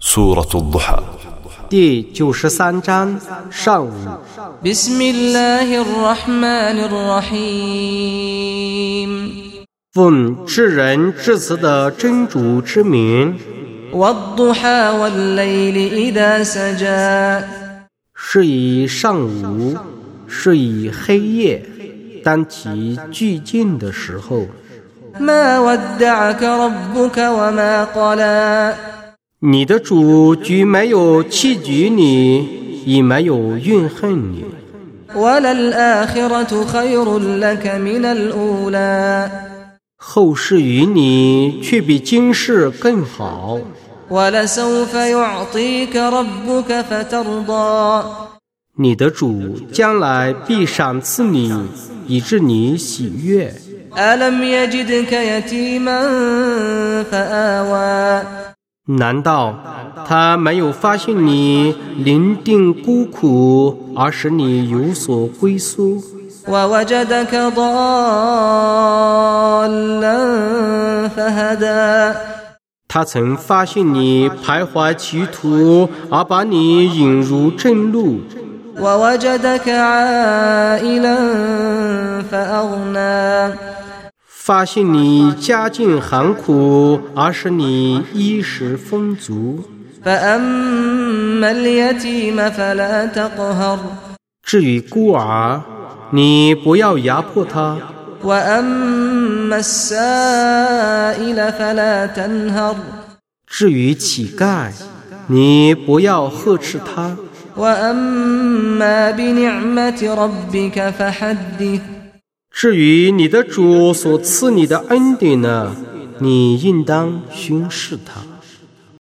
سورة الضحى 第九十三章上午， بسم الله الرحمن الرحيم 奉至仁至慈的真主之名， والضحى والليل إذا سجى 是以上午，是以黑夜，当其俱进的时候， ما ودعك ربك وما قلى 你的主举没有弃举你，也没有怨恨你， وللآخرة خير لك من الأولى 后世与你却比今世更好。 ولسوف يعطيك ربك فترضى 你的主将来必赏赐你，以致你喜悦。 ألم يجدك يتيما فآوى 难道他没有发现你临近孤苦，而使你有所归宿？ ووجدك ضالا فهدى 他曾发现你徘徊歧途，而把你引入正路； ووجدك عائلا فأغنى 发现你家境寒苦，而使你衣食丰足。 فأما اليتيم فلا تقهر 至于孤儿，你不要压迫他； وأما السائل فلا تنهر 至于乞丐，你不要呵斥他。 وأما بنعمة ربك فحدث 至于你的主所赐你的恩典呢，你应当巡视它。